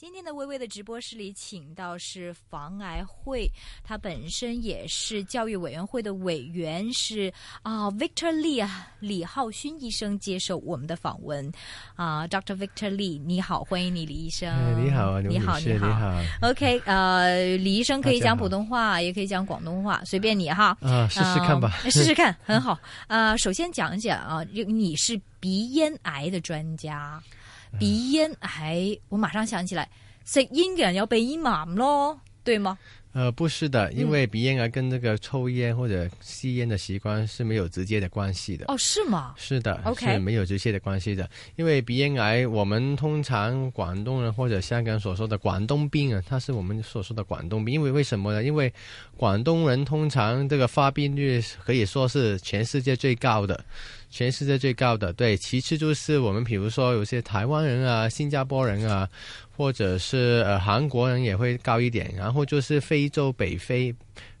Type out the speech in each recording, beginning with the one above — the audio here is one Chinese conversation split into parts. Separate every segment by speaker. Speaker 1: 今天的微微的直播室里，请到是防癌会，他本身也是教育委员会的委员，是啊，Victor Lee 啊，李浩勋医生接受我们的访问啊，Dr. Victor Lee，你好，欢迎你，李医生。
Speaker 2: 哎你好啊，
Speaker 1: 嗯
Speaker 2: 刘
Speaker 1: 你好，
Speaker 2: 女士，
Speaker 1: 你好。
Speaker 2: 好
Speaker 1: OK，呃，李医生可以
Speaker 2: 大家
Speaker 1: 讲
Speaker 2: 好
Speaker 1: 普通话，也可以讲广东话，随便你哈。
Speaker 2: 啊，试试看吧。
Speaker 1: 呃试试看，很好。呃，首先讲一讲啊，就你是鼻咽癌的专家，
Speaker 2: 嗯
Speaker 1: 鼻咽癌，我马上想起来，食烟嘅人有鼻咽癌咯，对吗？
Speaker 2: 呃，不是的，
Speaker 1: 嗯
Speaker 2: 因为鼻咽癌跟这个抽烟或者吸烟的习惯是没有直接的关系的。
Speaker 1: 哦，是吗？
Speaker 2: 是的
Speaker 1: OK
Speaker 2: 是没有直接的关系的，因为鼻咽癌，我们通常广东人或者香港所说的广东病啊，它是我们所说的广东病，因为为什么呢？因为广东人通常这个发病率可以说是全世界最高的，全世界最高的。对，其次就是我们比如说有些台湾人啊、新加坡人啊，或者是呃韩国人也会高一点，然后就是非洲、北非、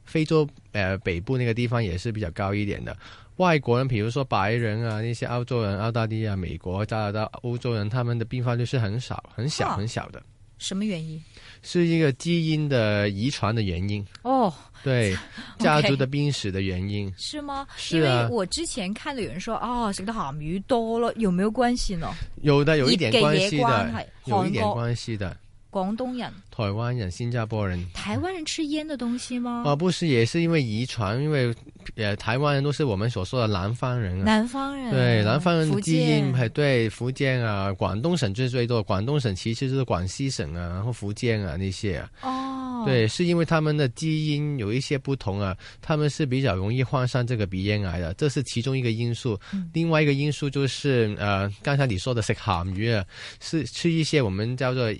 Speaker 2: 非洲呃北部那个地方也是比较高一点的。外国人，比如说白人啊，那些澳洲人、澳大利亚、美国、加拿大、欧洲人，他们的病发率是很少、很小、
Speaker 1: 哦
Speaker 2: 很小的，
Speaker 1: 什么原因？
Speaker 2: 是一个基因的遗传的原因，
Speaker 1: 哦，
Speaker 2: 对家族的病史的原因。
Speaker 1: 是吗？
Speaker 2: 是啊
Speaker 1: 因为我之前看到有人说，哦，食得鹹魚多咯，有没有关系呢？
Speaker 2: 有的有一点
Speaker 1: 熱嘅
Speaker 2: 关
Speaker 1: 嘢
Speaker 2: 系
Speaker 1: 關係
Speaker 2: 的，有一点
Speaker 1: 韓國
Speaker 2: 关系的。
Speaker 1: 广东人、
Speaker 2: 台湾人、新加坡人
Speaker 1: 台湾人吃烟的东西吗？
Speaker 2: 啊，不是也是因为遗传，因为呃，台湾人都是我们所说的南方人啊。
Speaker 1: 南方人
Speaker 2: 对，南方人
Speaker 1: 福
Speaker 2: 的基因
Speaker 1: 建
Speaker 2: 还对福建啊、广东省最最多，广东省其次就是广西省啊，然后福建啊那些啊。
Speaker 1: 哦，
Speaker 2: 对，是因为他们的基因有一些不同啊，他们是比较容易患上这个鼻咽癌的，这是其中一个因素。
Speaker 1: 嗯
Speaker 2: 另外一个因素就是呃，刚才你说的食咸鱼啊，是吃一些我们叫做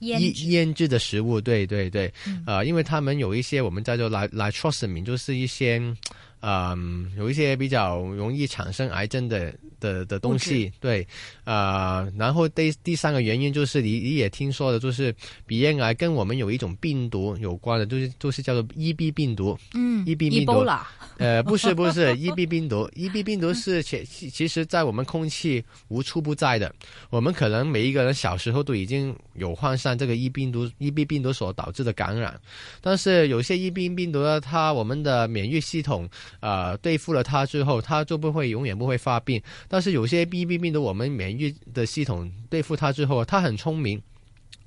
Speaker 1: 腌
Speaker 2: 腌
Speaker 1: 制
Speaker 2: 腌制的食物，对对对，呃，因为他们有一些我们叫做 ni- nitrosamine，就是一些。嗯，有一些比较容易产生癌症的的的东西，对，呃，然后第第三个原因就是你你也听说的，就是鼻咽癌跟我们有一种病毒有关的，就是就是叫做 EB 病毒，
Speaker 1: 嗯，
Speaker 2: 一比
Speaker 1: 伊
Speaker 2: 米
Speaker 1: 波
Speaker 2: 多
Speaker 1: 拉
Speaker 2: 呃，不是不是 ，EB 病毒，EB 病毒是其其其实在我们空气无处不在的。我们可能每一个人小时候都已经有患上这个 EB 病毒，EB 病毒所导致的感染。但是有些 EB 病毒呢，它我们的免疫系统呃对付了它之后，它就不会永远不会发病。但是有些 EB 病毒，我们免疫的系统对付它之后，它很聪明。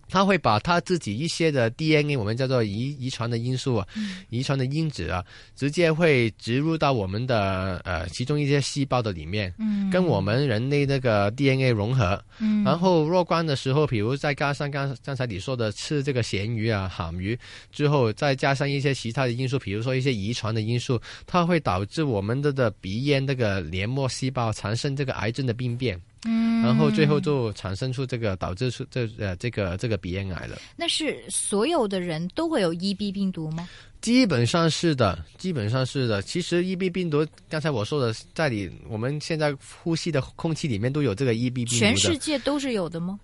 Speaker 2: 它会把它自己一些的 DNA，我们叫做遗遗传的因素啊，遗传的因子啊，直接会植入到我们的呃其中一些细胞的里面，
Speaker 1: 嗯，
Speaker 2: 跟我们人类那个 DNA 融合。
Speaker 1: 嗯
Speaker 2: 然后若干的时候，比如再加上刚刚才你说的吃这个咸鱼啊、喊鱼之后，再加上一些其他的因素，比如说一些遗传的因素，它会导致我们的的鼻咽这个黏膜细胞产生这个癌症的病变，
Speaker 1: 嗯，
Speaker 2: 然后最后就产生出这个导致出这呃这个这个鼻咽癌了。
Speaker 1: 那是所有的人都会有 EB 病毒吗？
Speaker 2: 基本上是的，基本上是的。其实 EB 病毒，刚才我说的，在你我们现在呼吸的空气里面都有这个 EB 病毒的，
Speaker 1: 全世界都是有的吗？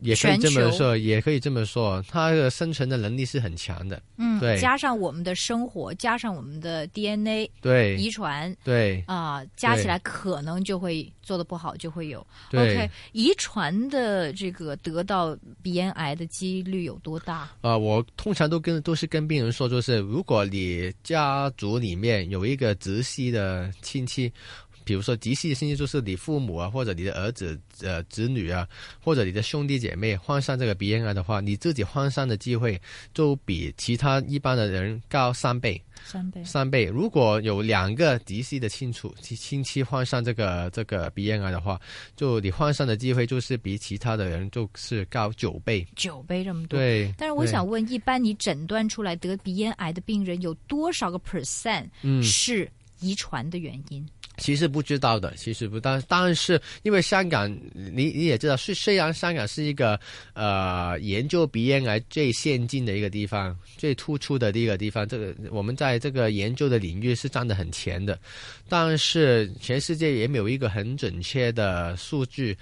Speaker 2: 也可以这
Speaker 1: 全
Speaker 2: 么
Speaker 1: 球
Speaker 2: 说，也可以这么说，它的生存的能力是很强的。
Speaker 1: 嗯，
Speaker 2: 对
Speaker 1: 加上我们的生活，加上我们的 DNA
Speaker 2: 对
Speaker 1: 遗传
Speaker 2: 对
Speaker 1: 啊、加起来可能就会做的不好，就会有。
Speaker 2: 对
Speaker 1: OK，，遗传的这个得到鼻咽癌的几率有多大？
Speaker 2: 啊、我通常都跟都是跟病人说，就是如果你家族里面有一个直系的亲戚。比如说，直系的亲戚就是你父母啊，或者你的儿子、呃子女啊，或者你的兄弟姐妹患上这个鼻咽癌的话，你自己患上的机会就比其他一般的人高三倍。
Speaker 1: 三倍。
Speaker 2: 三倍。如果有两个直系的亲属亲亲戚患上这个这个鼻咽癌的话，就你患上的机会就是比其他的人就是高九倍。
Speaker 1: 九倍这么多。
Speaker 2: 对，
Speaker 1: 但是我想问，一般你诊断出来得鼻咽癌的病人有多少个 percent
Speaker 2: 对，嗯，
Speaker 1: 是遗传的原因？
Speaker 2: 其实不知道的，其实不，但但是因为香港，你你也知道，虽虽然香港是一个呃研究鼻咽癌最先进的一个地方，最突出的一个地方，这个我们在这个研究的领域是站得很前的，但是全世界也没有一个很准确的数据，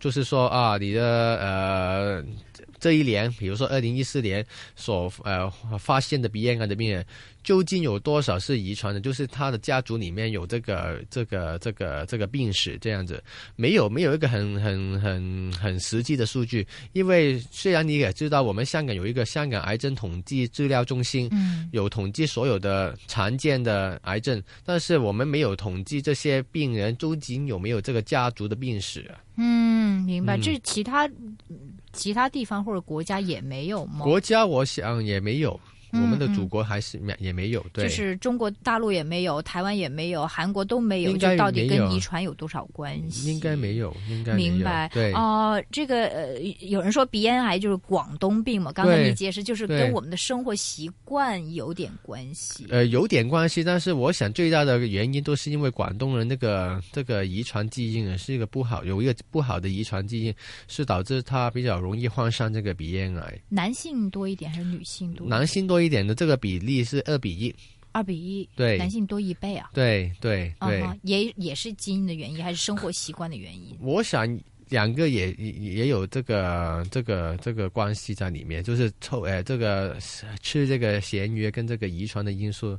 Speaker 2: 就是说啊，你的呃。这这一年，比如说二零一四年所呃发现的鼻咽癌的病人，究竟有多少是遗传的？就是他的家族里面有这个这个这个这个病史这样子，没有没有一个很很很很实际的数据。因为虽然你也知道，我们香港有一个香港癌症统计治疗中心，
Speaker 1: 嗯
Speaker 2: 有统计所有的常见的癌症，但是我们没有统计这些病人究竟有没有这个家族的病史啊。
Speaker 1: 嗯，明白。
Speaker 2: 嗯
Speaker 1: 这是其他嗯其他地方或者国家也没有吗？
Speaker 2: 国家我想也没有，我
Speaker 1: 嗯
Speaker 2: 们的祖国还是没也没有，对，
Speaker 1: 就是中国大陆也没有，台湾也没有，韩国都没有，
Speaker 2: 应该
Speaker 1: 就到底
Speaker 2: 没有
Speaker 1: 跟遗传有多少关系？
Speaker 2: 应该没有，应该没有
Speaker 1: 明白
Speaker 2: 对。
Speaker 1: 哦、这个呃，有人说鼻咽癌就是广东病嘛，刚才
Speaker 2: 对
Speaker 1: 你解释就是
Speaker 2: 对
Speaker 1: 跟我们的生活习惯有点关系。
Speaker 2: 呃，有点关系，但是我想最大的原因都是因为广东人那个这个遗传基因啊是一个不好，有一个不好的遗传基因是导致他比较容易患上这个鼻咽癌。
Speaker 1: 男性多一点还是女性多一点？
Speaker 2: 男性多一点的这个比例是二比一，
Speaker 1: 二比一，
Speaker 2: 对
Speaker 1: 男性多一倍啊。
Speaker 2: 对对
Speaker 1: 啊
Speaker 2: 对。
Speaker 1: 哈，也也是基因的原因，还是生活习惯的原因？
Speaker 2: 我想两个也也也有这个这个这个关系在里面，就是臭哎，这个吃这个咸鱼跟这个遗传的因素，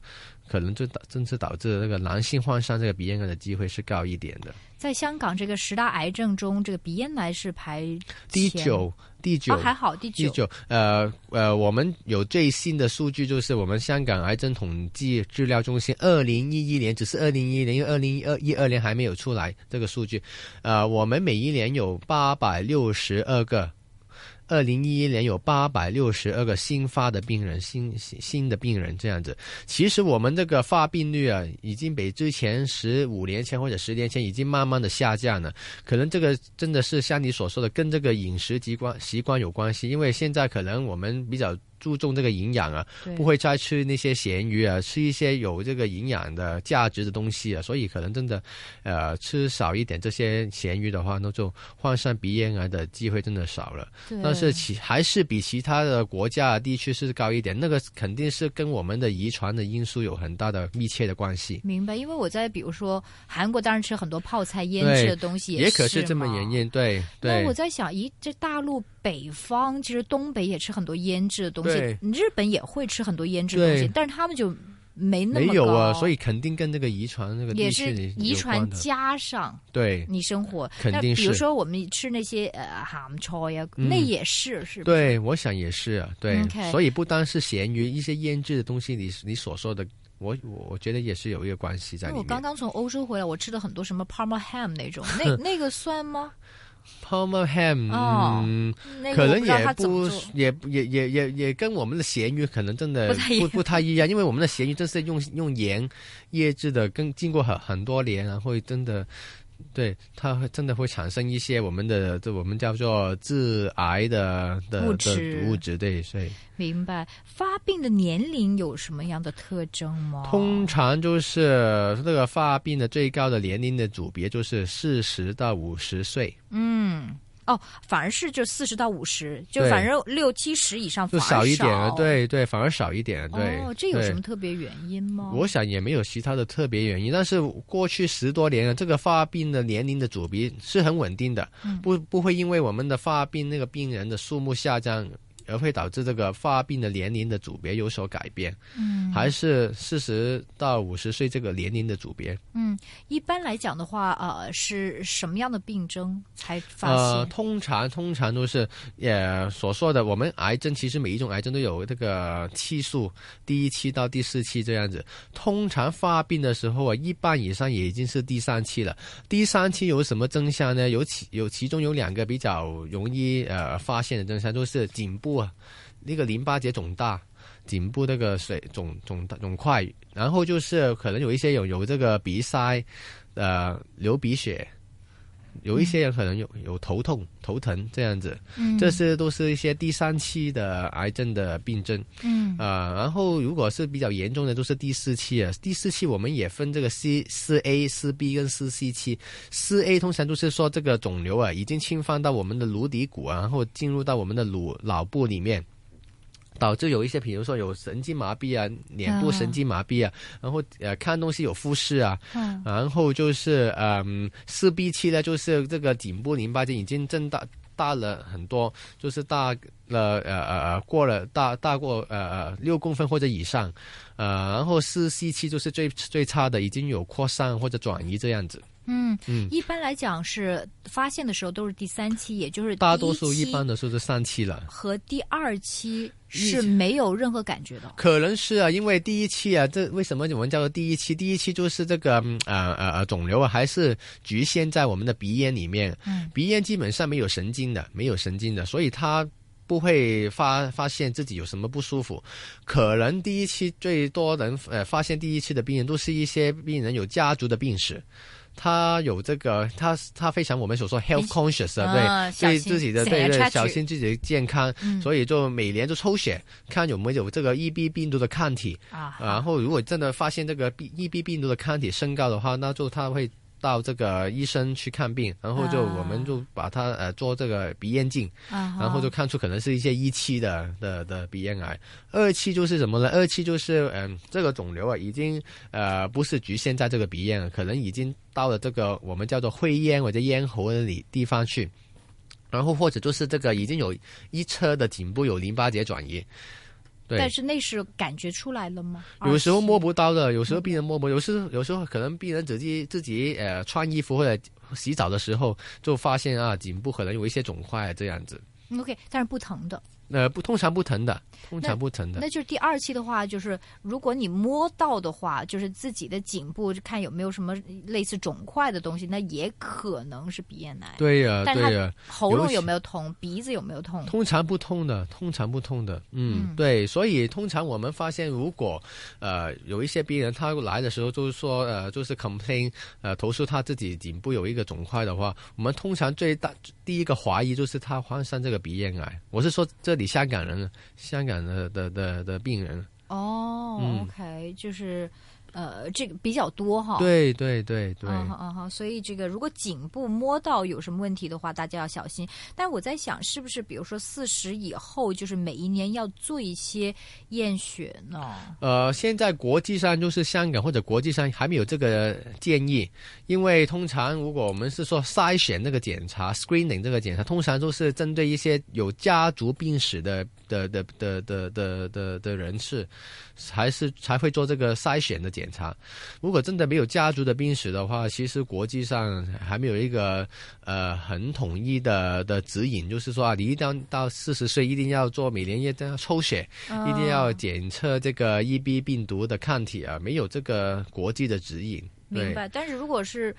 Speaker 2: 可能就导正是导致这个男性患上这个鼻咽癌的机会是高一点的。
Speaker 1: 在香港这个十大癌症中，这个鼻咽癌是排
Speaker 2: 第
Speaker 1: 前
Speaker 2: 九，第九。
Speaker 1: 啊，还好第
Speaker 2: 第
Speaker 1: 九，
Speaker 2: 九，呃呃，我们有最新的数据，就是我们香港癌症统计治疗中心，二零一一年只是二零一一年，因为二零一二一二年还没有出来这个数据，呃，我们每一年有八百六十二个。二零一一年有八百六十二个新发的病人，新新新的病人这样子。其实我们这个发病率啊，已经比之前十五年前或者十年前已经慢慢的下降了。可能这个真的是像你所说的，跟这个饮食习惯习惯有关系。因为现在可能我们比较注重这个营养啊，
Speaker 1: 对
Speaker 2: 不会再吃那些咸鱼啊，吃一些有这个营养的价值的东西啊。所以可能真的，呃，吃少一点这些咸鱼的话，那就患上鼻咽癌的机会真的少了。
Speaker 1: 对
Speaker 2: 但是其还是比其他的国家啊地区是高一点，那个肯定是跟我们的遗传的因素有很大的密切的关系。
Speaker 1: 明白，因为我在比如说韩国，当然吃很多泡菜腌
Speaker 2: 对
Speaker 1: 制的东西
Speaker 2: 也
Speaker 1: 是
Speaker 2: 可是这么
Speaker 1: 嘛
Speaker 2: 原。因，对对。
Speaker 1: 那我在想，咦，这大陆北方其实东北也吃很多腌制的东西
Speaker 2: 对，
Speaker 1: 日本也会吃很多腌制的东西
Speaker 2: 对，
Speaker 1: 但是他们就没那么
Speaker 2: 没有啊，
Speaker 1: 高
Speaker 2: 所以肯定跟这个遗传那个地
Speaker 1: 也
Speaker 2: 区
Speaker 1: 是
Speaker 2: 里
Speaker 1: 遗
Speaker 2: 有关
Speaker 1: 传
Speaker 2: 的
Speaker 1: 加上
Speaker 2: 对
Speaker 1: 你生活。
Speaker 2: 肯定
Speaker 1: 那比如
Speaker 2: 是
Speaker 1: 说我们吃那些呃咸菜呀，
Speaker 2: 嗯
Speaker 1: 那也是是吧？
Speaker 2: 对，我想也是啊，对
Speaker 1: OK
Speaker 2: 所以不单是咸鱼，一些腌制的东西你，你所说的，我我我觉得也是有一个关系在
Speaker 1: 那
Speaker 2: 里
Speaker 1: 我
Speaker 2: 面。
Speaker 1: 刚刚从欧洲回来，我吃了很多什么 Parma ham 那 种，那那个算吗？
Speaker 2: Palmer ham，、
Speaker 1: 哦
Speaker 2: 嗯，
Speaker 1: 那
Speaker 2: 可
Speaker 1: 个我
Speaker 2: 能
Speaker 1: 不知道
Speaker 2: 也
Speaker 1: 它怎么
Speaker 2: 不
Speaker 1: 做。
Speaker 2: 也也也也也跟我们的咸鱼可能真的
Speaker 1: 不太一
Speaker 2: 不
Speaker 1: 样
Speaker 2: 不太一样，因为我们的咸鱼真是用用盐腌制的，跟经过很很多年，然后真的。对，它会真的会产生一些我们的这我们叫做致癌的的
Speaker 1: 物
Speaker 2: 的
Speaker 1: 质
Speaker 2: 物质，对，所以
Speaker 1: 明白，发病的年龄有什么样的特征吗？
Speaker 2: 通常就是这个发病的最高的年龄的组别就是四十到五十岁，
Speaker 1: 嗯，哦，反而是就四十到五十，就
Speaker 2: 对
Speaker 1: 反正六七十以上
Speaker 2: 就
Speaker 1: 反而
Speaker 2: 少一点了，
Speaker 1: 少。
Speaker 2: 对对，反而少一点了，对。
Speaker 1: 哦，这有
Speaker 2: 对
Speaker 1: 什么特别原因吗？
Speaker 2: 我想也没有其他的特别原因，但是过去十多年了，这个发病的年龄的组别是很稳定的，不不会因为我们的发病那个病人的数目下降。而会导致这个发病的年龄的组别有所改变，嗯，还是四十到五十岁这个年龄的组别，
Speaker 1: 一般来讲的话，呃，是什么样的病症才发
Speaker 2: 呃，
Speaker 1: 现？
Speaker 2: 通常通常都是呃所说的，我们癌症其实每一种癌症都有这个期数，第一期到第四期这样子。通常发病的时候啊，一半以上也已经是第三期了。第三期有什么征象呢？有其有其中有两个比较容易呃发现的征象，就是颈部啊那个淋巴结肿大。颈部那个水肿肿大肿块，然后就是可能有一些有有这个鼻塞，呃，流鼻血，有一些人可能有有头痛、头疼这样子，
Speaker 1: 嗯
Speaker 2: 这些都是一些第三期的癌症的病症
Speaker 1: 嗯
Speaker 2: 啊、呃然后如果是比较严重的，都是第四期啊。第四期我们也分这个 C 四 A、四 B 跟四 C 期。四 A 通常就是说这个肿瘤啊已经侵犯到我们的颅底骨啊，然后进入到我们的颅脑部里面。导致有一些，比如说有神经麻痹啊，脸部神经麻痹啊，然后呃看东西有复视啊，
Speaker 1: 嗯
Speaker 2: 然后就是嗯，四 B 期呢，就是这个颈部淋巴结已经增大大了很多，就是大了呃呃呃过了大大过呃呃六公分或者以上，呃，然后四 C 期就是最最差的，已经有扩散或者转移这样子。
Speaker 1: 嗯，
Speaker 2: 嗯
Speaker 1: 一般来讲是发现的时候都是第三期，也就是
Speaker 2: 大多数
Speaker 1: 第
Speaker 2: 一
Speaker 1: 期
Speaker 2: 般的说是三期了。
Speaker 1: 和第二期
Speaker 2: 一
Speaker 1: 是没有任何感觉的。
Speaker 2: 可能是啊，因为第一期啊，这为什么我们叫做第一期？第一期就是这个嗯呃呃呃肿瘤啊，还是局限在我们的鼻咽里面。
Speaker 1: 嗯
Speaker 2: 鼻咽基本上没有神经的，没有神经的，所以它不会发发现自己有什么不舒服。可能第一期最多能呃发现第一期的病人都是一些病人有家族的病史。他有这个，他他非常我们所说 health conscious 啊，对，
Speaker 1: 啊小
Speaker 2: 对
Speaker 1: 心
Speaker 2: 自己的
Speaker 1: 显
Speaker 2: 对
Speaker 1: 然
Speaker 2: 对，
Speaker 1: 察
Speaker 2: 小
Speaker 1: 觉
Speaker 2: 心自己的健康，
Speaker 1: 嗯
Speaker 2: 所以就每年就抽血，看有没有这个 EB 病毒的抗体。
Speaker 1: 啊，
Speaker 2: 然后如果真的发现这个 B EB 病毒的抗体升高的话，那就他会到这个医生去看病，然后就
Speaker 1: 啊
Speaker 2: 我们就把他呃做这个鼻咽镜，
Speaker 1: 然
Speaker 2: 然后就看出可能是一些一期的的的鼻咽癌，二期就是什么呢？二期就是嗯、这个肿瘤啊已经呃不是局限在这个鼻咽了，可能已经到了这个我们叫做会咽或者咽喉的里地方去，然后或者就是这个已经有一车的颈部有淋巴结转移。对，
Speaker 1: 但是那是感觉出来了吗？
Speaker 2: 有时候摸
Speaker 1: 不
Speaker 2: 不到的，有
Speaker 1: 嗯
Speaker 2: 时候病人摸不，有时有时候可能病人自己自己呃穿衣服或者洗澡的时候就发现啊颈部可能有一些肿块这样子，
Speaker 1: OK，但是不疼的。
Speaker 2: 呃不通常不疼的，通常不疼的
Speaker 1: 那。就是第二期的话，就是如果你摸到的话，就是自己的颈部就看有没有什么类似肿块的东西，那也可能是鼻咽癌。，
Speaker 2: 对呀、
Speaker 1: 但它
Speaker 2: 对呀、
Speaker 1: 喉
Speaker 2: 尤
Speaker 1: 咙
Speaker 2: 其
Speaker 1: 有没有痛？鼻子有没有痛？
Speaker 2: 通常不痛的，通常不痛的，嗯，
Speaker 1: 嗯
Speaker 2: 对，所以通常我们发现，如果呃有一些病人他来的时候就是说呃就是 complain 呃投诉他自己颈部有一个肿块的话，我们通常最大第一个怀疑就是他患上这个鼻咽癌。我是说这里香港人，香港的的的的病人，
Speaker 1: 哦、
Speaker 2: 嗯
Speaker 1: o k 就是呃，这个比较多哈。。
Speaker 2: 对对对对，
Speaker 1: 嗯哼嗯哼，所以这个如果颈部摸到有什么问题的话，大家要小心。但我在想，是不是比如说四十以后，就是每一年要做一些验血呢？
Speaker 2: 呃，现在国际上就是香港或者国际上还没有这个建议，因为通常如果我们是说筛选这个检查 （screening） 这个检查，通常都是针对一些有家族病史的的的的的的的的人士，还是才会做这个筛选的检查。如果真的没有家族的病史的话，其实国际上还没有一个呃很统一的的指引，就是说啊，你一定要到四十岁一定要做每年一定要抽血，一定要检测这个 EB 病毒的抗体啊，没有这个国际的指引。
Speaker 1: 明白。但是如果是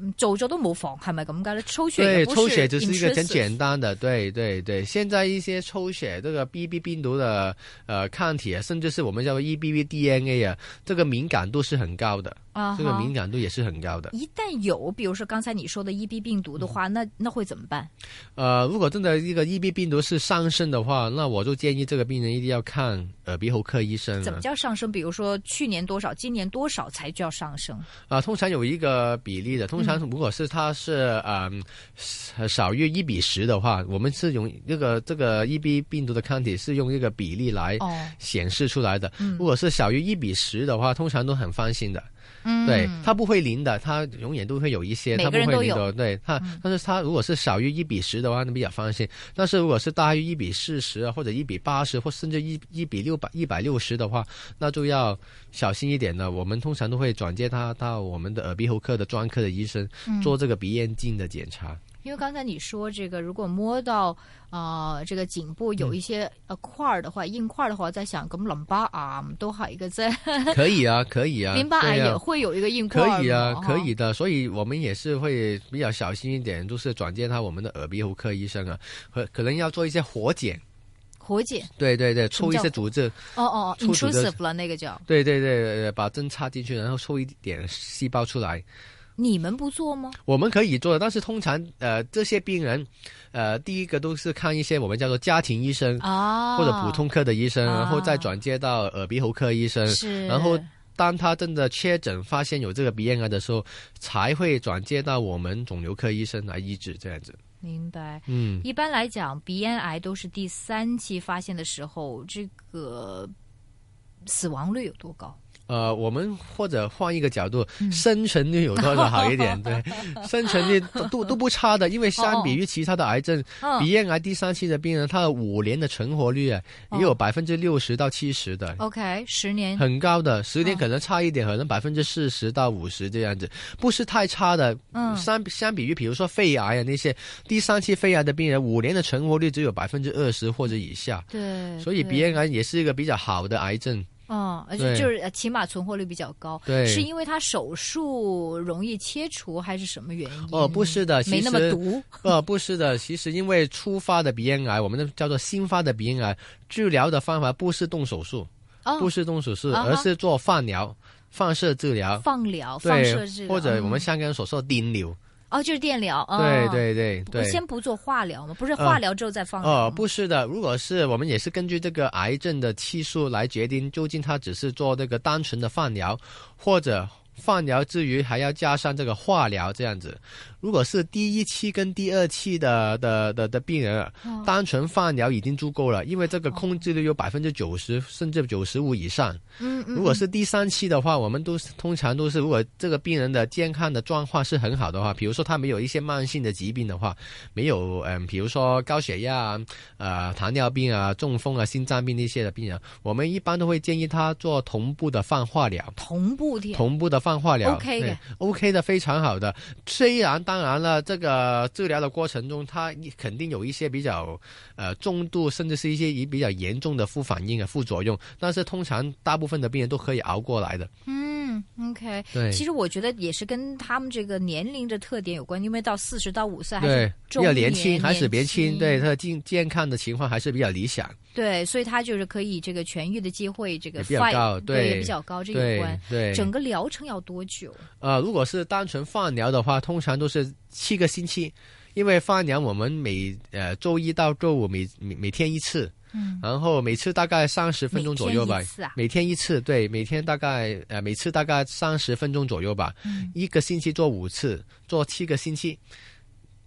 Speaker 1: 嗯做咗都冇妨，系咪咁解咧？抽血
Speaker 2: 对，
Speaker 1: 也
Speaker 2: 对，
Speaker 1: 不
Speaker 2: 抽血只是一个
Speaker 1: intrusive
Speaker 2: 很简单的，对对对。现在一些抽血这个 BB 病毒的呃抗体啊，甚至是我们叫做 EBV DNA 啊，这个敏感度是很高的，
Speaker 1: 啊
Speaker 2: 这个
Speaker 1: 哈
Speaker 2: 敏感度也是很高的。
Speaker 1: 一旦有，比如说刚才你说的 EB 病毒的话，
Speaker 2: 嗯
Speaker 1: 那那会怎么办？
Speaker 2: 呃，如果真的一个 EB 病毒是上升的话，那我就建议这个病人一定要看耳鼻喉科医生啊
Speaker 1: 怎
Speaker 2: 了
Speaker 1: 么。叫上升？比如说去年多少，今年多少才叫上升？
Speaker 2: 啊，通常有一个比例的，
Speaker 1: 嗯
Speaker 2: 通常如果是它是嗯少于一比十的话，我们是用这个这个 EB 病毒的抗体是用这个比例来
Speaker 1: 哦，
Speaker 2: 显示出来的。
Speaker 1: 嗯
Speaker 2: 如果是小于一比十的话，通常都很放心的。
Speaker 1: 嗯，
Speaker 2: 对，它不会零的，它永远都会有一些，
Speaker 1: 每个
Speaker 2: 它不
Speaker 1: 人
Speaker 2: 会
Speaker 1: 都
Speaker 2: 零
Speaker 1: 有嗯
Speaker 2: 的。对它，但是它如果是少于一比十的话，那比较放心。但是如果是大于一比四十啊，或者一比八十，或甚至一一比六百一百六十的话，那就要小心一点了。我们通常都会转介他到我们的耳鼻喉科的专科的医生
Speaker 1: 嗯
Speaker 2: 做这个鼻咽镜的检查。
Speaker 1: 因为刚才你说这个，如果摸到呃这个颈部有一些
Speaker 2: 嗯
Speaker 1: 呃块儿的话，硬块儿的话，我在想咁淋巴癌都系嘅啫，
Speaker 2: 可以啊，可以啊，
Speaker 1: 淋巴癌
Speaker 2: 对啊
Speaker 1: 也会有一个硬块儿
Speaker 2: 可以啊
Speaker 1: 嘛，哦
Speaker 2: 可以。的，所以我们也是会比较小心一点，就是转介他我们的耳鼻喉科医生啊，可可能要做一些活检，
Speaker 1: 哈活检，
Speaker 2: 对对对，
Speaker 1: 什么
Speaker 2: 抽一
Speaker 1: 叫
Speaker 2: 些组织，
Speaker 1: 哦哦哦
Speaker 2: 促使的
Speaker 1: ，intrusive 了那个叫，
Speaker 2: 对对对对，对把针插进去，然后抽一点细胞出来。
Speaker 1: 你们不做吗？
Speaker 2: 我们可以做的，但是通常呃这些病人，呃第一个都是看一些我们叫做家庭医生、
Speaker 1: 啊，
Speaker 2: 嗯或者普通科的医生，然后
Speaker 1: 啊
Speaker 2: 再转接到耳鼻喉科医生。
Speaker 1: 是，
Speaker 2: 然后当他真的确诊发现有这个鼻咽癌的时候，才会转接到我们肿瘤科医生来医治这样子。
Speaker 1: 明白。
Speaker 2: 嗯，
Speaker 1: 一般来讲，鼻咽癌都是第三期发现的时候，这个死亡率有多高？
Speaker 2: 呃，我们或者换一个角度，
Speaker 1: 嗯
Speaker 2: 生存率有多少好 一点？对，生存率都都都不差的，因为相比于其他的癌症，
Speaker 1: 嗯
Speaker 2: 鼻咽癌第三期的病人，他的五年的存活率啊
Speaker 1: 哦
Speaker 2: 也有百分之六十到七十的。
Speaker 1: ，OK，十年，
Speaker 2: 很高的，十
Speaker 1: 嗯
Speaker 2: 年可能差一点，可能百分之四十到五十这样子，不是太差的。
Speaker 1: 嗯
Speaker 2: 相相比于比如说肺癌啊那些第三期肺癌的病人，五年的存活率只有百分之二十或者以下，
Speaker 1: 对，
Speaker 2: 所以
Speaker 1: 对
Speaker 2: 鼻咽癌也是一个比较好的癌症。
Speaker 1: 嗯，而且
Speaker 2: 对
Speaker 1: 就是呃起码存活率比较高，
Speaker 2: 对
Speaker 1: 是因为它手术容易切除还是什么原因？
Speaker 2: 哦，不是的，
Speaker 1: 没
Speaker 2: 其
Speaker 1: 那么
Speaker 2: 实
Speaker 1: 毒，
Speaker 2: 呃，不是的，其实因为初发的鼻咽癌，我们的叫做新发的鼻咽癌，治疗的方法不是动手术，
Speaker 1: 哦
Speaker 2: 不，是动手术，
Speaker 1: 啊哈
Speaker 2: 而是做放疗、放射治疗，
Speaker 1: 放疗、放
Speaker 2: 啊对
Speaker 1: 射治，疗，
Speaker 2: 或者我们
Speaker 1: 嗯
Speaker 2: 香港人所说的电疗，
Speaker 1: 哦就是电疗，哦
Speaker 2: 对对对
Speaker 1: 不
Speaker 2: 对。
Speaker 1: 先不做化疗吗？不是
Speaker 2: 呃
Speaker 1: 化疗之后再放疗吗？
Speaker 2: 哦，不是的，如果是我们也是根据这个癌症的期数来决定，究竟他只是做这个单纯的放疗，或者放疗之余还要加上这个化疗这样子。如果是第一期跟第二期的的的的病人，单纯放疗已经足够了，因为这个控制率有百分之九十甚至九十五以上。
Speaker 1: 嗯，嗯
Speaker 2: 如果是第三期的话，我们都是通常都是，如果这个病人的健康的状况是很好的话，比如说他没有一些慢性的疾病的话，没有嗯、比如说高血压啊、呃糖尿病啊、中风啊、心脏病这些的病人，我们一般都会建议他做同步的放化疗。
Speaker 1: 同步天，
Speaker 2: 同步的放化疗
Speaker 1: OK
Speaker 2: 对
Speaker 1: 的
Speaker 2: ，OK 的，非常好的。虽然当然了，这个呃治疗的过程中，它肯定有一些比较呃中度，甚至是一些以比较严重的副反应啊、副作用，但是通常大部分的病人都可以熬过来的。
Speaker 1: 嗯，OK。
Speaker 2: 对，
Speaker 1: 其实我觉得也是跟他们这个年龄的特点有关，因为到四十到五岁还
Speaker 2: 对
Speaker 1: 是
Speaker 2: 比
Speaker 1: 中
Speaker 2: 较
Speaker 1: 年嗯
Speaker 2: 年轻，还是
Speaker 1: 年
Speaker 2: 年轻，对他的健健康的情况还是比较理想，
Speaker 1: 对，所以他就是可以这个痊愈的机会，这个
Speaker 2: 也比较
Speaker 1: fight，
Speaker 2: 高
Speaker 1: 对
Speaker 2: 对
Speaker 1: 也比较高，这有
Speaker 2: 对
Speaker 1: 关。
Speaker 2: 对。
Speaker 1: 整个疗程要多久？
Speaker 2: 呃，如果是单纯放疗的话，通常都是七个星期，因为放疗我们每呃周一到周五每每每天一次，
Speaker 1: 嗯，
Speaker 2: 然后每次大概三十分钟左右吧
Speaker 1: 每天一，次啊
Speaker 2: 每天一次，对，每天大概呃每次大概三十分钟左右吧，
Speaker 1: 嗯
Speaker 2: 一个星期做五次，做七个星期。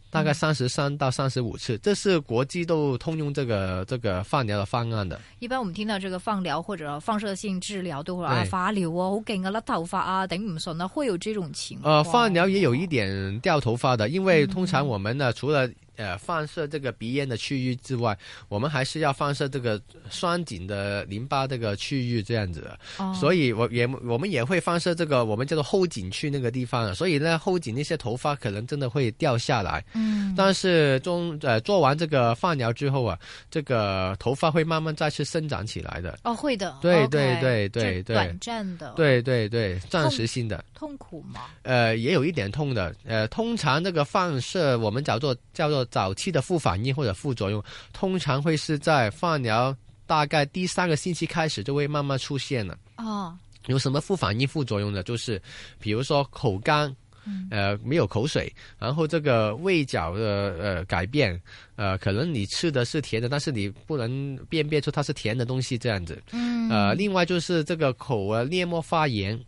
Speaker 2: 大
Speaker 1: 嗯
Speaker 2: 概三十三到三十五次，这是国际都通用这个这个放疗的方案的。
Speaker 1: 一般我们听到这个放疗或者放射性治疗，都会说啊
Speaker 2: 对
Speaker 1: 发瘤啊，好劲啊，甩头发啊，顶唔顺啊，会有这种情况。
Speaker 2: 呃，放疗也有一点掉头发的，因
Speaker 1: 嗯
Speaker 2: 为通常我们呢，除了呃放射这个鼻咽的区域之外，我们还是要放射这个双颈的淋巴这个区域这样子的。
Speaker 1: 哦，
Speaker 2: 所以我也我们也会放射这个我们叫做后颈区那个地方啊，所以呢后颈那些头发可能真的会掉下来。
Speaker 1: 嗯，
Speaker 2: 但是中呃做完这个放疗之后啊，这个头发会慢慢再次生长起来的。
Speaker 1: 哦，会的，
Speaker 2: 对
Speaker 1: OK，
Speaker 2: 对对
Speaker 1: 这
Speaker 2: 对对
Speaker 1: 短暂的，，
Speaker 2: 对对对，暂时性的。
Speaker 1: 痛苦吗？
Speaker 2: 呃，也有一点痛的。呃，通常这个放射我们叫做叫做早期的副反应或者副作用，通常会是在放疗大概第三个星期开始就会慢慢出现了。
Speaker 1: 哦，
Speaker 2: 有什么副反应、副作用呢？就是比如说口干，呃，没有口水，然后这个味觉的呃改变，呃，可能你吃的是甜的，但是你不能辨别出它是甜的东西这样子。
Speaker 1: 嗯，
Speaker 2: 呃，另外就是这个口啊黏膜发炎，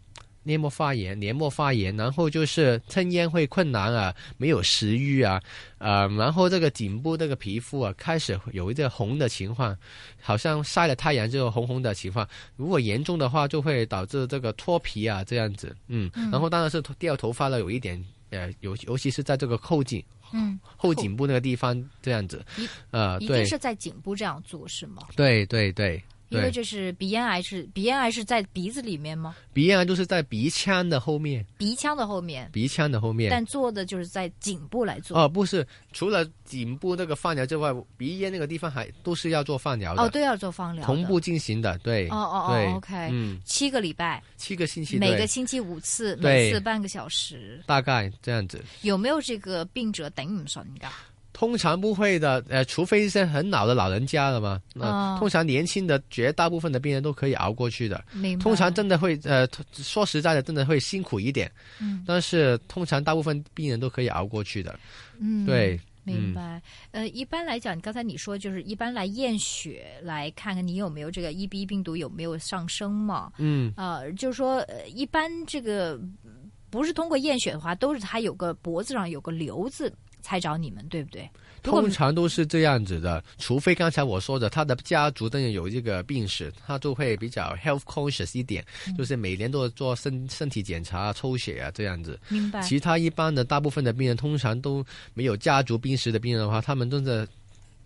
Speaker 2: 黏膜发炎，黏膜发炎，然后就是吞咽会困难啊，没有食欲啊，呃，然后这个颈部这个皮肤啊开始有一点红的情况，好像晒了太阳之后红红的情况，如果严重的话就会导致这个脱皮啊这样子，嗯，然后当然是掉头发了，有一点。呃，尤尤其是在这个后颈
Speaker 1: 嗯，
Speaker 2: 后颈部那个地方这样子
Speaker 1: 一，
Speaker 2: 呃，
Speaker 1: 一
Speaker 2: 对
Speaker 1: 定是在颈部这样做是吗？
Speaker 2: 对对对，
Speaker 1: 因为
Speaker 2: 对
Speaker 1: 这是鼻咽癌是鼻咽癌是在鼻子里面吗？
Speaker 2: 鼻炎就是在鼻腔的后面，
Speaker 1: 鼻腔的后面，
Speaker 2: 鼻腔的后面。
Speaker 1: 但做的就是在颈部来做。
Speaker 2: 哦，不是，除了颈部那个放疗之外，鼻咽那个地方还都是要做放疗的，
Speaker 1: 哦，对，要做放疗的，
Speaker 2: 同步进行的，对，
Speaker 1: 哦哦哦
Speaker 2: 对
Speaker 1: OK
Speaker 2: 嗯，
Speaker 1: 七个礼拜，
Speaker 2: 七个星期，
Speaker 1: 每
Speaker 2: 对
Speaker 1: 个星期五次，每
Speaker 2: 对
Speaker 1: 次半个小时。
Speaker 2: 大概这样子，
Speaker 1: 有没有这个病者顶唔顺噶？
Speaker 2: 通常不会的，呃，除非是很老的老人家了嘛，那、
Speaker 1: 哦
Speaker 2: 通常年轻的绝大部分的病人都可以熬过去的，
Speaker 1: 明白
Speaker 2: 通常真的会，呃，说实在的，真的会辛苦一点，
Speaker 1: 嗯
Speaker 2: 但是通常大部分病人都可以熬过去的，
Speaker 1: 嗯
Speaker 2: 对，
Speaker 1: 明白，呃，一般来讲，刚才你说就是一般来验血来看看你有没有这个 EB 病毒有没有上升嘛？
Speaker 2: 嗯。
Speaker 1: 呃，就是说，呃，一般这个嗯不是通过验血的话，都是他有个脖子上有个瘤子，才找你们，对不对？如果
Speaker 2: 通常都是这样子的，除非刚才我说的，他的家族的人有这个病史，他就会比较 health conscious 一点，
Speaker 1: 嗯
Speaker 2: 就是每年都要做身身体检查、抽血啊这样子。
Speaker 1: 明白。
Speaker 2: 其他一般的大部分的病人，通常都没有家族病史的病人的话，他们真的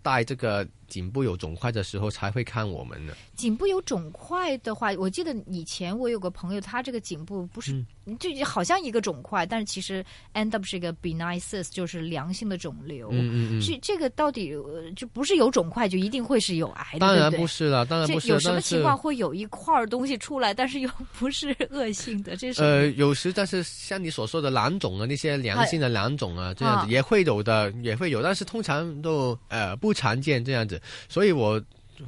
Speaker 2: 带这个颈部有肿块的时候才会看我们的。
Speaker 1: 颈部有肿块的话，我记得以前我有个朋友，他这个颈部不是，
Speaker 2: 嗯
Speaker 1: 就好像一个肿块，但是其实 end up 是一个 benign cyst，就是良性的肿瘤。
Speaker 2: 嗯嗯嗯。
Speaker 1: 这这个到底呃就不是有肿块就一定会是有癌的，
Speaker 2: 当然
Speaker 1: 对
Speaker 2: 不
Speaker 1: 不对？
Speaker 2: 是了，当然不
Speaker 1: 这
Speaker 2: 是
Speaker 1: 有
Speaker 2: 了。
Speaker 1: 什么
Speaker 2: 但
Speaker 1: 情
Speaker 2: 是呃
Speaker 1: 况会有一块儿东西出来，但是又不是恶性的？这是
Speaker 2: 呃，有时但是像你所说的囊肿啊，那些良性的囊肿啊，这样
Speaker 1: 啊
Speaker 2: 子也会有的，也会有，但是通常都呃不常见这样子，所以我。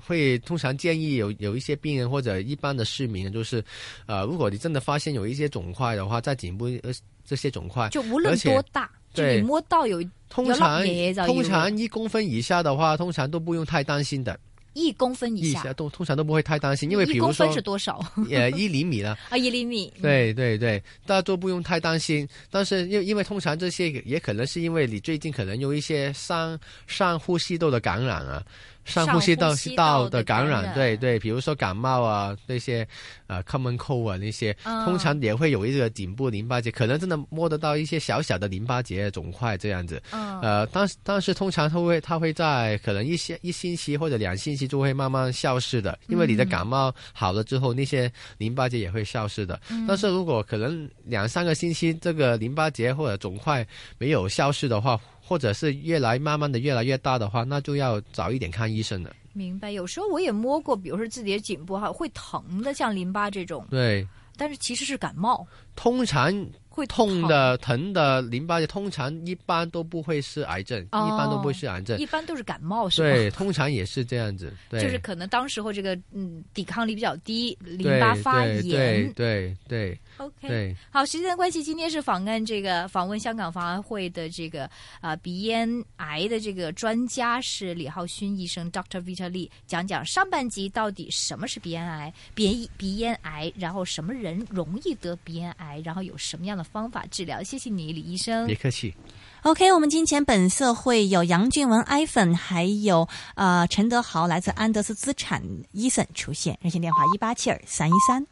Speaker 2: 会通常建议有有一些病人或者一般的市民，就是，呃，如果你真的发现有一些肿块的话，在颈部呃这些肿块，
Speaker 1: 就无论
Speaker 2: 而且
Speaker 1: 多大，就
Speaker 2: 对
Speaker 1: 你摸到有
Speaker 2: 通
Speaker 1: 有
Speaker 2: 常
Speaker 1: 粒嘢就要
Speaker 2: 通常一公分以下的话，通常都不用太担心的，
Speaker 1: 一公分以
Speaker 2: 以
Speaker 1: 下，
Speaker 2: 都通常都不会太担心，因为比
Speaker 1: 一
Speaker 2: 如
Speaker 1: 公
Speaker 2: 说
Speaker 1: 分是多少
Speaker 2: 呃一厘 米啦，
Speaker 1: 啊？一厘米。
Speaker 2: 对对对，大家都不用太担心。但是因为因为通常这些也可能是因为你最近可能有一些上上呼吸道的感染啊，上
Speaker 1: 上
Speaker 2: 呼吸
Speaker 1: 呼
Speaker 2: 道
Speaker 1: 吸道
Speaker 2: 道
Speaker 1: 的
Speaker 2: 的感
Speaker 1: 感
Speaker 2: 染，对
Speaker 1: 染
Speaker 2: 对，比如说感冒啊那些呃 common cold 啊那些，
Speaker 1: 嗯
Speaker 2: 通常也会有一个颈部淋巴结，可能真的摸得到一些小小的淋巴结肿块这样子。
Speaker 1: 嗯，
Speaker 2: 呃，但是但是通常它会它会在可能一些一星期或者两星期就会慢慢消失的，因为你的感冒好了之后，那些淋巴结也会消失的。
Speaker 1: 嗯
Speaker 2: 但是如果可能两三个星期这个淋巴结或者肿块没有消失的话，或者是越来慢慢的越来越大的话，那就要早一点看医生了。
Speaker 1: 明白。有时候我也摸过，比如说自己的颈部哈会疼的，像淋巴这种，
Speaker 2: 对，
Speaker 1: 但是其实是感冒
Speaker 2: 通常
Speaker 1: 会
Speaker 2: 痛，的疼的淋巴结，通常一般都不会是癌症，
Speaker 1: 哦
Speaker 2: 一般都不会是癌症。
Speaker 1: 一般都是感冒是吧？
Speaker 2: 对，通常也是这样子。对。
Speaker 1: 就是可能当时候这个嗯抵抗力比较低，淋
Speaker 2: 对
Speaker 1: 巴发
Speaker 2: 对对
Speaker 1: 炎。
Speaker 2: 对对
Speaker 1: OK，
Speaker 2: 对，
Speaker 1: 好，时间的关系，今天是访问这个访问香港防癌会的这个啊、呃鼻咽癌的这个专家是李浩勋医生 Dr. Vita Lee，讲讲上半集到底什么是鼻咽癌，鼻鼻咽癌，然后什么人容易得鼻咽癌，然后有什么样的方法治疗。谢谢你，李医生
Speaker 2: 别。客气。
Speaker 3: OK，我们金钱本色会有杨俊文 iPhone，还有呃陈德豪来自安德斯资产 Eason 出现，热线电话一八七二三一三。